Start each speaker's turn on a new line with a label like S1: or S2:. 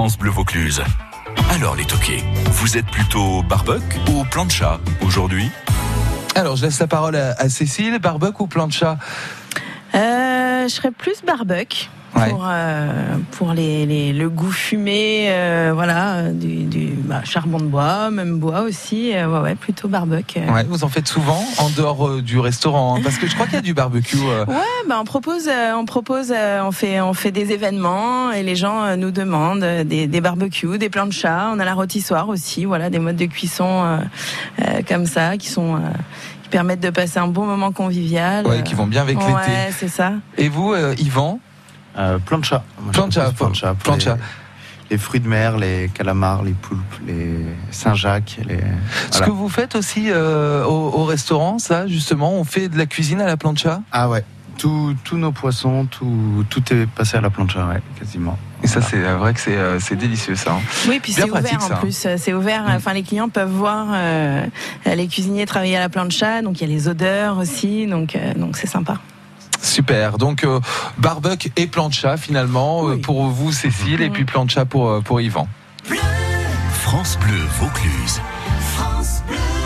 S1: France Bleu Vaucluse. Alors les toqués, vous êtes plutôt barbecue ou plancha aujourd'hui
S2: Alors, je laisse la parole à, à Cécile. Barbecue ou plancha
S3: Euh, je serais plus barbecue.
S2: Ouais.
S3: Pour, euh, pour les, les- le goût fumé, euh, voilà, euh, du, du, bah, charbon de bois, même bois aussi, euh, ouais, ouais, plutôt barbecue. euh.
S2: Ouais, vous en faites souvent en dehors euh, du restaurant, hein, parce que je crois qu'il y a du barbecue. euh,
S3: Ouais, bah, on propose, euh, on propose, euh, on fait, on fait des événements et les gens euh, nous demandent euh, des, des barbecues, des planchas. On a la rôtissoire aussi, voilà, des modes de cuisson euh, euh, comme ça qui sont euh, qui permettent de passer un bon moment convivial.
S2: ouais, qui vont bien avec l'été.
S3: Ouais, c'est ça.
S2: Et vous, euh, Yvan
S4: Euh, plancha. Moi, je
S2: Plancha,
S4: propose plancha. pour
S2: plancha.
S4: Les, les fruits de mer, les calamars, les poulpes, les Saint-Jacques. Les...
S2: Ce
S4: Voilà.
S2: que vous faites aussi euh, au, au restaurant, ça, justement, on fait de la cuisine à la plancha
S4: Ah ouais. Tous tous nos poissons, tout, tout est passé à la plancha, ouais, quasiment.
S2: Et ça, c'est euh, vrai que c'est euh, c'est délicieux, ça. hein.
S3: Oui, puis
S2: Bien
S3: c'est ouvert
S2: pratique, ça. Mm.
S3: en plus. euh, C'est ouvert. euh, Enfin, les clients peuvent voir euh, les cuisiniers travailler à la plancha. Donc il y a les odeurs aussi. Donc euh, donc c'est sympa.
S2: Super. Donc, euh, barbecue et plancha, finalement, euh,
S3: Oui.
S2: pour vous, Cécile, et
S3: Mhm.
S2: puis plancha pour, euh, pour Yvan.
S1: France Bleu Vaucluse.
S5: France Bleu.